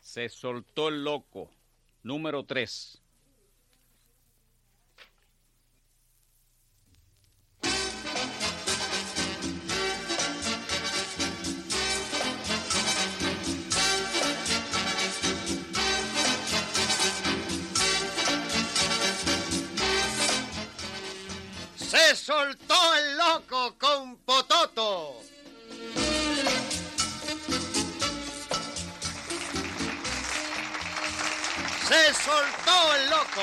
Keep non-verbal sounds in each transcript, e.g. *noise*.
Se soltó el loco. Número 3. Se soltó el loco con Pototo. Se soltó el loco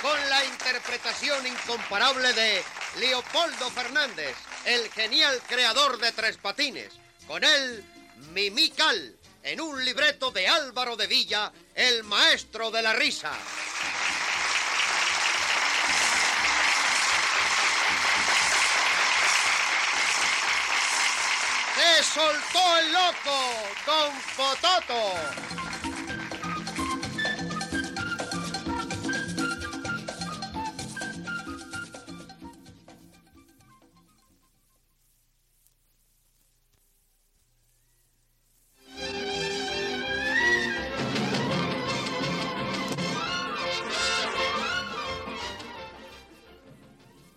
con la interpretación incomparable de Leopoldo Fernández, el genial creador de Tres Patines. Con él, Mimical, en un libreto de Álvaro de Villa, el maestro de la risa. Se soltó el loco con Pototo.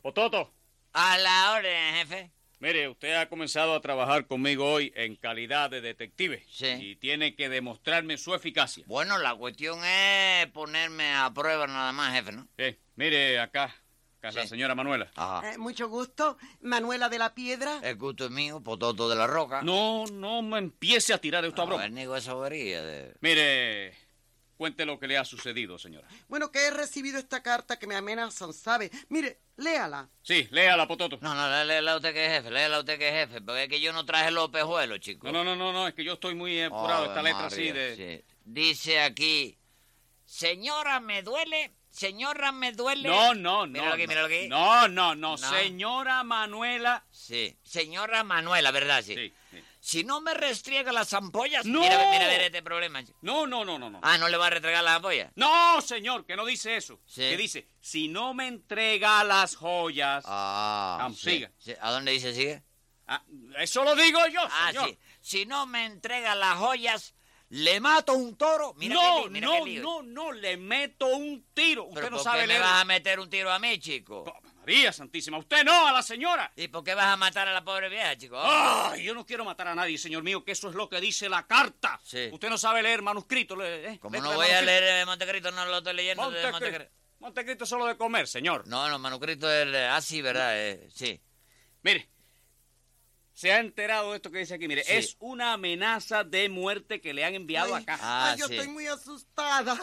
Pototo, A la orden, jefe. mire, usted ha comenzado a trabajar conmigo hoy en calidad de detective. Sí. Y tiene que demostrarme su eficacia. Bueno, la cuestión es ponerme a prueba nada más, jefe, ¿no? Sí, Eh, mire acá. Acá es la Sí. señora Manuela. Ajá. Eh, mucho gusto, Manuela de la Piedra. El gusto es mío, pototo de la roca. No, no me empiece a tirar esta no, broma. niego esa bobería de... Mire, cuente lo que le ha sucedido, señora. Bueno, que he recibido esta carta que me amenazan, ¿sabe? Mire, léala. Sí, léala, Pototo. No, no, lé- léela usted que es jefe, léela usted que es jefe, porque es que yo no traje los pejuelos, chico. No, eh. no, no, no, no, es que yo estoy muy apurado. Esta Ave letra así Oh, María, de... sí. Dice aquí, señora me duele, señora me duele. No, no, no. Míralo aquí, no. míralo aquí. No, no, no, No. Señora Manuela. Sí, señora Manuela, ¿verdad? Sí. Sí, sí. Si no me restriega las ampollas, ¡No! mira, mira, mira este problema. chico. No, no, no, no, no. Ah, ¿no le va a restregar las ampollas? No, señor, que no dice eso. Sí. Que dice, si no me entrega las joyas... Ah, Vamos, siga. sí. ¿A dónde dice sigue? Ah, eso lo digo yo, Ah, señor. sí. Si no me entrega las joyas, le mato un toro. Mira no, qué li- mira no, qué lío. no, no, le meto un tiro. Usted Pero no ¿por sabe qué leer. me vas a meter un tiro a mí, chico? Oh, María Santísima, usted no, a la señora. ¿Y por qué vas a matar a la pobre vieja, chico? Ay, yo no quiero matar a nadie, señor mío, que eso es lo que dice la carta. Sí. Usted no sabe leer manuscrito. le- eh, Como letra no de voy a manuscrito. leer eh, Montecristo, no lo estoy leyendo de Montecristo. Montecristo. Montecristo es solo de comer, señor. No, no, manuscrito es eh, ah, sí, ¿verdad? Eh, sí. Mire, se ha enterado de esto que dice aquí. Mire, Sí. es una amenaza de muerte que le han enviado Ay. acá. Ah, Ay, yo sí. estoy muy asustada.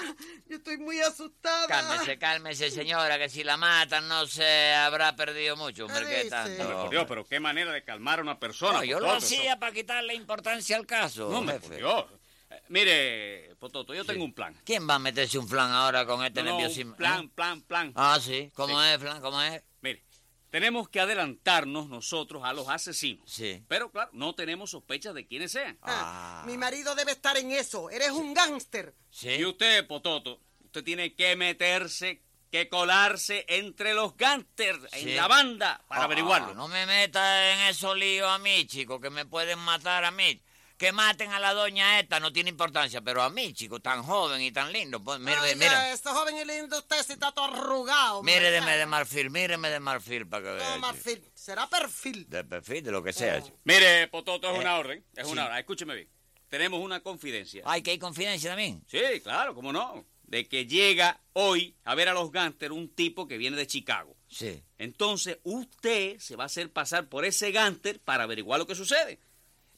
Yo estoy muy asustada. Cálmese, cálmese, señora, que si la matan no se habrá perdido mucho. Hombre, ¿Qué ¿qué dice? tanto? Hombre, por Dios, pero qué manera de calmar a una persona. No, yo lo Pototo, eso- hacía para quitarle importancia al caso, No, hombre, jefe. por Dios. Eh, mire, Pototo, yo tengo un plan. ¿Quién va a meterse un flan ahora con este No, no, nerviosismo? un plan, plan, plan. Ah, sí. ¿Cómo Sí. es, flan? ¿Cómo es? Mire, tenemos que adelantarnos nosotros a los asesinos. Sí. Pero claro, no tenemos sospechas de quiénes sean. Ah, Mi marido debe estar en eso. Eres un gángster. Sí. Y usted, Pototo, usted tiene que meterse, que colarse entre los gangsters, en Sí. la banda, para Ah, averiguarlo. No me meta en esos líos a mí, chico, que me pueden matar a mí. Que maten a la doña esta no tiene importancia, pero a mí, chico, tan joven y tan lindo. Pues, mire, Ay, mira, ya, ese joven y lindo usted se está todo arrugado. míreme ¿verdad? de marfil, míreme de marfil para que vea. No, chico. Marfil, será perfil. De perfil, de lo Oh. que sea. chico. Mire, Pototo, es Eh, una orden, es sí. una orden. Escúcheme bien. Tenemos una confidencia. Ay, que hay confidencia también. Sí, claro, cómo no. De que llega hoy a ver a los gangsters un tipo que viene de Chicago. Sí. Entonces, usted se va a hacer pasar por ese gánster para averiguar lo que sucede.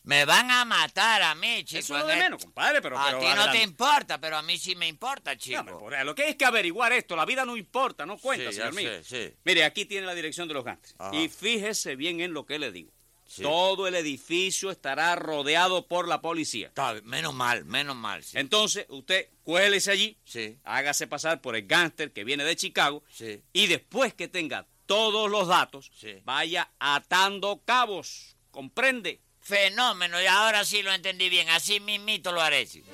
Me van a matar a mí, chico. Eso es lo en de este- menos, compadre, pero... a pero ti no adelante. te importa, pero a mí sí me importa, No, hombre, chico. por- lo que hay es que averiguar esto. La vida no importa, no cuenta, Sí, ya señor mío. sé, sí. Mire, aquí tiene la dirección de los gantes. Ajá. Y fíjese bien en lo que le digo. Sí. Todo el edificio estará rodeado por la policía. Está bien, menos mal, menos mal. Sí. Entonces, usted cuélese allí, Sí. hágase pasar por el gánster que viene de Chicago Sí. y después que tenga todos los datos, Sí. vaya atando cabos. ¿Comprende? Fenómeno, y ahora sí lo entendí bien. Así mismito lo haré. chico.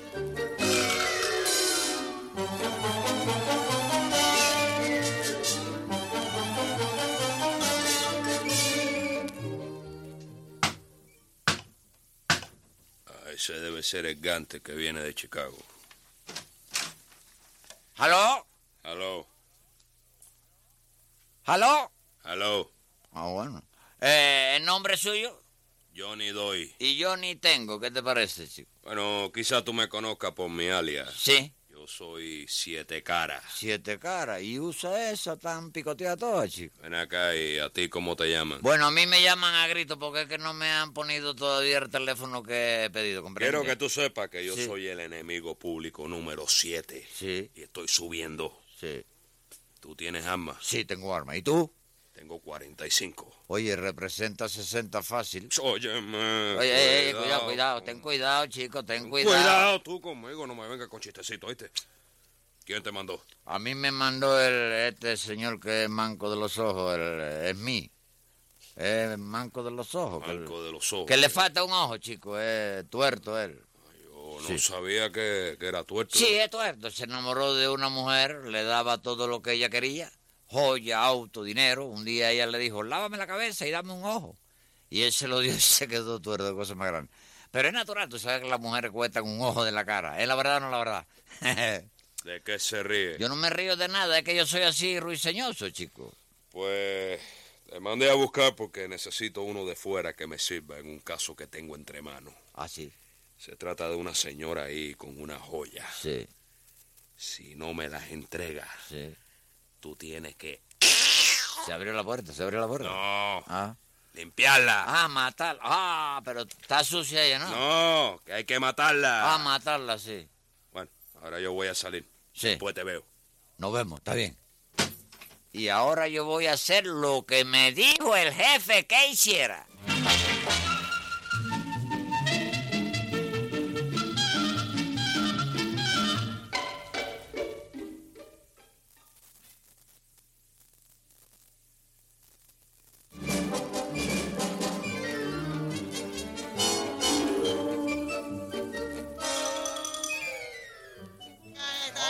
Ah, ese debe ser el Gante que viene de Chicago. ¿Aló? Aló, ¿Aló? aló, Ah, bueno. Eh, ¿El nombre es suyo? Johnny Doy. Y yo ni tengo. ¿Qué te parece, chico? Bueno, quizá tú me conozcas por mi alias. Sí. Yo soy Siete Caras. Siete caras. Y usa esa tan picoteada toda, chico. Ven acá y a ti cómo te llaman. Bueno, a mí me llaman a grito porque es que no me han ponido todavía el teléfono que he pedido. ¿comprende? Quiero que tú sepas que yo Sí. soy el enemigo público número 7. Sí, Y estoy subiendo. sí. Tú tienes armas. Sí, tengo arma. ¿Y tú? Tengo 45. Oye, representa 60 fácil. Óyeme. Oye, ey, ey, cuidado, cuidado. Ten cuidado, chico, ten cuidado. tú conmigo, no me vengas con chistecito, ¿oíste? ¿Quién te mandó? A mí me mandó el, este señor que es manco de los ojos, el, es mí. Es manco de los ojos. que- Marco de los ojos. Que le falta un ojo, chico, es tuerto él. Yo no Sí. sabía que, que era tuerto. Sí, es tuerto. Se enamoró de una mujer, le daba todo lo que ella quería, joya, auto, dinero. Un día ella le dijo, lávame la cabeza y dame un ojo. Y él se lo dio *laughs* y se quedó tuerto, cosa más grande. Pero es natural, tú sabes que las mujeres cuestan un ojo de la cara. ¿Es la verdad o no la verdad? *laughs* ¿De qué se ríe? yo no me río de nada, es que yo soy así ruiseñoso, chico. Pues te mandé a buscar porque necesito uno de fuera que me sirva en un caso que tengo entre manos. Así, Se trata de una señora ahí con una joya. sí, Si no me las entregas, sí. tú tienes que... Se abrió la puerta, se abrió la puerta. No, Ah, limpiarla. ah matar. Ah, pero está sucia ella, ¿no? No, que hay que matarla. Ah, matarla, sí. Bueno, ahora yo voy a salir. Sí. Después te veo. Nos vemos, está bien. Y ahora yo voy a hacer lo que me dijo el jefe que hiciera.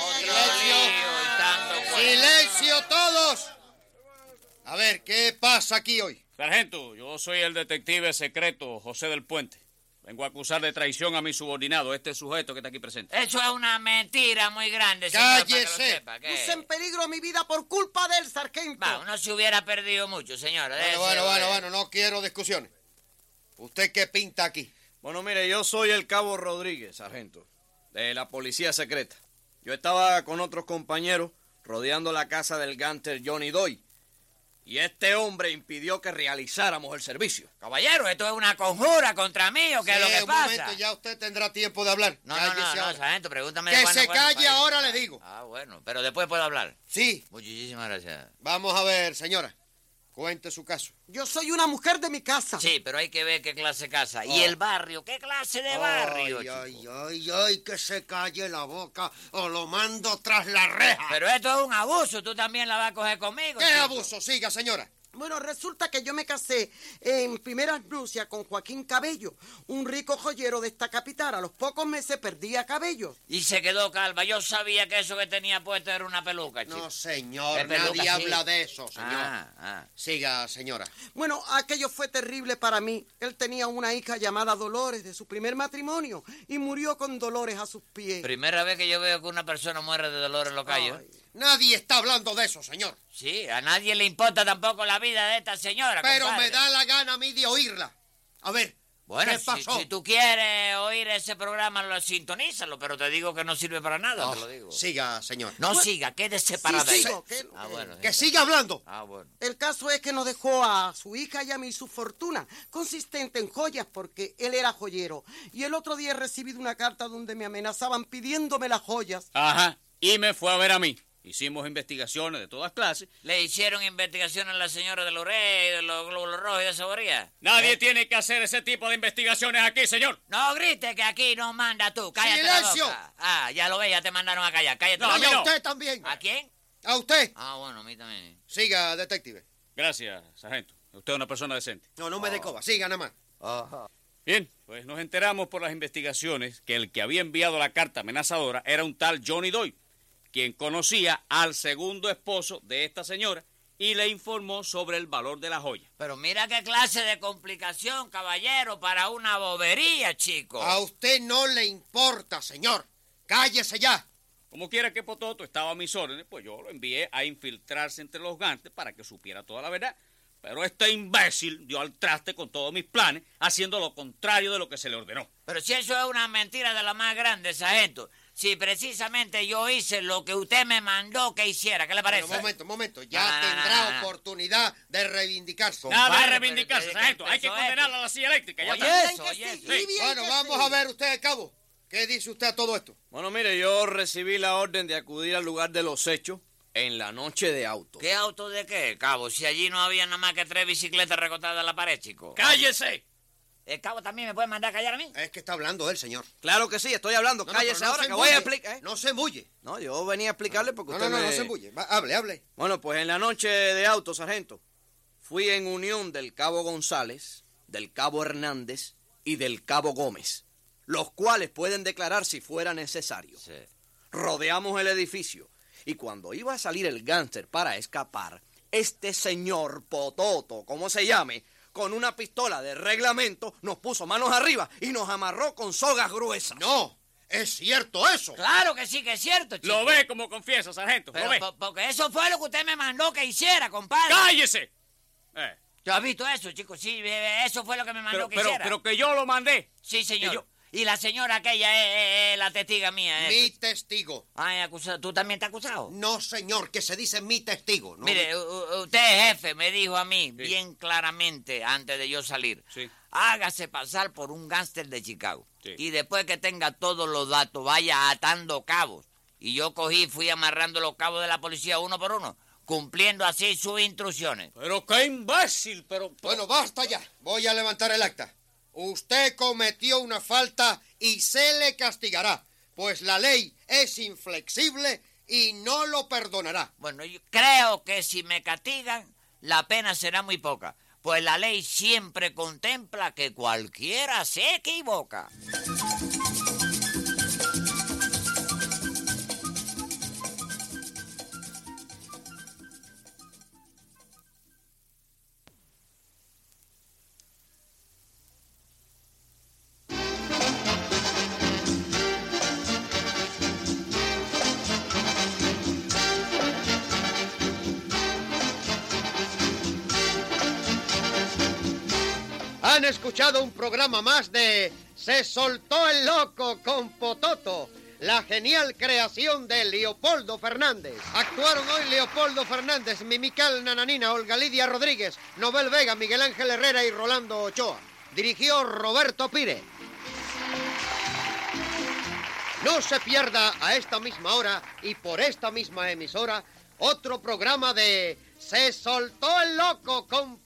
Y tanto cuento. ¡Silencio todos! A ver, ¿qué pasa aquí hoy? Sargento, yo soy el detective secreto José del Puente. Vengo a acusar de traición a mi subordinado, este sujeto que está aquí presente. Eso es una mentira muy grande, señor, para que lo ¡Cállese! sepa, que- Puse en peligro mi vida por culpa del sargento. Va, uno se hubiera perdido mucho, señora. Bueno, bueno, bueno, bueno, no quiero discusiones. ¿Usted qué pinta aquí? Bueno, mire, yo soy el cabo Rodríguez, sargento, de la policía secreta. Yo estaba con otros compañeros rodeando la casa del gánster Johnny Doy. Y este hombre impidió que realizáramos el servicio. Caballero, esto es una conjura contra mí, ¿o qué es lo Sí, que un pasa? momento, ya usted tendrá tiempo de hablar. No, no, Cállese no, no, ahora. sargento, pregúntame... de Que cuándo se fue el calle país. ahora, le digo. Ah, bueno, pero después puedo hablar. Sí, Muchísimas gracias. vamos a ver, señora. Cuente su caso. Yo soy una mujer de mi casa. Sí, pero hay que ver qué clase de casa. Y el barrio, ¿qué clase de barrio? Oh. Ay, ay, chico? ay, ay, que se calle la boca o lo mando tras la reja. Pero esto es un abuso, tú también la vas a coger conmigo. ¿Qué chico. abuso? Siga, señora. Bueno, resulta que yo me casé en primeras nupcias con Joaquín Cabello, un rico joyero de esta capital. A los pocos meses perdía cabello. Y se quedó calva. Yo sabía que eso que tenía puesto era una peluca, chico. No, señor, Es peluca, nadie Este sí. habla de eso, señor. Ah, ah. Siga, señora. Bueno, aquello fue terrible para mí. Él tenía una hija llamada Dolores de su primer matrimonio y murió con Dolores a sus pies. Primera vez que yo veo que una persona muere de dolor en los callos. Ay. Nadie está hablando de eso, señor. Sí, a nadie le importa tampoco la vida de esta señora. Pero compadre. me da la gana a mí de oírla. A ver, Bueno, ¿qué si- pasó? Si, tú quieres oír ese programa, lo sintonízalo, pero te digo que no sirve para nada, Oh, te lo digo. Siga, señor. No siga, quédese parada ahí. sigo, que- Ah, bueno. Que sí. siga hablando. Ah, bueno. El caso es que nos dejó a su hija y a mí su fortuna, consistente en joyas porque él era joyero. Y el otro día he recibido una carta donde me amenazaban pidiéndome las joyas. Ajá, y me fue a ver a mí. Hicimos investigaciones de todas clases. ¿Le hicieron investigaciones a la señora de Loré y de los glóbulos rojos y de esa bobería? Nadie tiene que hacer ese tipo de investigaciones aquí, señor. No grites que aquí no manda tú. Cállate la ¡Silencio! boca. Ah, ya lo ves, ya te mandaron a callar. Cállate No, la a mí y a boca. no. usted también. ¿A quién? A usted. Ah, bueno, a mí también. Siga, detective. Gracias, sargento. Usted es una persona decente. No, no me Oh. dé coba. Siga nada más. Bien, pues nos enteramos por las investigaciones que el que había enviado la carta amenazadora era un tal Johnny Doyle, quien conocía al segundo esposo de esta señora y le informó sobre el valor de la joya. Pero mira qué clase de complicación, caballero, para una bobería, chico. A usted no le importa, señor. Cállese ya. Como quiera que Pototo estaba a mis órdenes, pues yo lo envié a infiltrarse entre los gantes para que supiera toda la verdad. Pero este imbécil dio al traste con todos mis planes, haciendo lo contrario de lo que se le ordenó. Pero si eso es una mentira de la más grande, sargento. Si precisamente yo hice lo que usted me mandó que hiciera, ¿qué le parece? Bueno, momento, momento. Ya No, no, no, tendrá no, no. oportunidad de reivindicarse. Nada de Compadre, reivindicarse, pero- sargento. Hay que pero- condenarla a la silla eléctrica. Ya Oye, está. eso, Bien que oye, sí, eso. bien Bueno, que vamos sí. a ver usted, cabo. ¿Qué dice usted a todo esto? Bueno, mire, yo recibí la orden de acudir al lugar de los hechos en la noche de auto. ¿Qué auto de qué, cabo? Si allí no había nada más que tres bicicletas recotadas a la pared, chico. ¡Cállese! ¿El cabo también me puede mandar a callar a mí? Es que está hablando él, señor. Claro que sí, estoy hablando. No, no, Cállese pero no ahora se que voy a embulle. explicar. ¿eh? No se embulle. No, yo venía a explicarle porque No, usted no, no, me- no se embulle. Va, hable, hable. Bueno, pues en la noche de auto, sargento, fui en unión del cabo González, del cabo Hernández y del cabo Gómez, los cuales pueden declarar si fuera necesario. Sí. Rodeamos el edificio y cuando iba a salir el gánster para escapar, este señor Pototo, como se llame, con una pistola de reglamento, nos puso manos arriba y nos amarró con sogas gruesas. No, es cierto eso. Claro que sí que es cierto, chico. Lo ve como confiesa, sargento. Pero lo ve. po- porque eso fue lo que usted me mandó que hiciera, compadre. ¡Cállese! Eh, ¿Tú has visto eso, chico? Sí, eh, eso fue lo que me mandó pero, que pero- hiciera. pero que yo lo mandé. sí, señor. que yo- Y la señora aquella es es- es la testiga mía. eso. Mi testigo. Ay, acusado. ¿Tú también te has acusado? No, señor, que se dice mi testigo. ¿no? Mire, u- u- usted, jefe, me dijo a mí bien claramente antes de yo salir. Sí. Hágase pasar por un gángster de Chicago. Sí. Y después que tenga todos los datos, vaya atando cabos. Y yo cogí, fui amarrando los cabos de la policía uno por uno, cumpliendo así sus instrucciones. Pero qué imbécil, pero... Bueno, basta ya. Voy a levantar el acta. Usted cometió una falta y se le castigará, pues la ley es inflexible y no lo perdonará. Bueno, yo creo que si me castigan, la pena será muy poca. Pues la ley siempre contempla que cualquiera se equivoca. Han escuchado un programa más de Se soltó el loco con Pototo, la genial creación de Leopoldo Fernández. Actuaron hoy Leopoldo Fernández, Mimical Nananina, Olga Lidia Rodríguez, Nobel Vega, Miguel Ángel Herrera y Rolando Ochoa. Dirigió Roberto Pire. No se pierda a esta misma hora y por esta misma emisora otro programa de Se soltó el loco con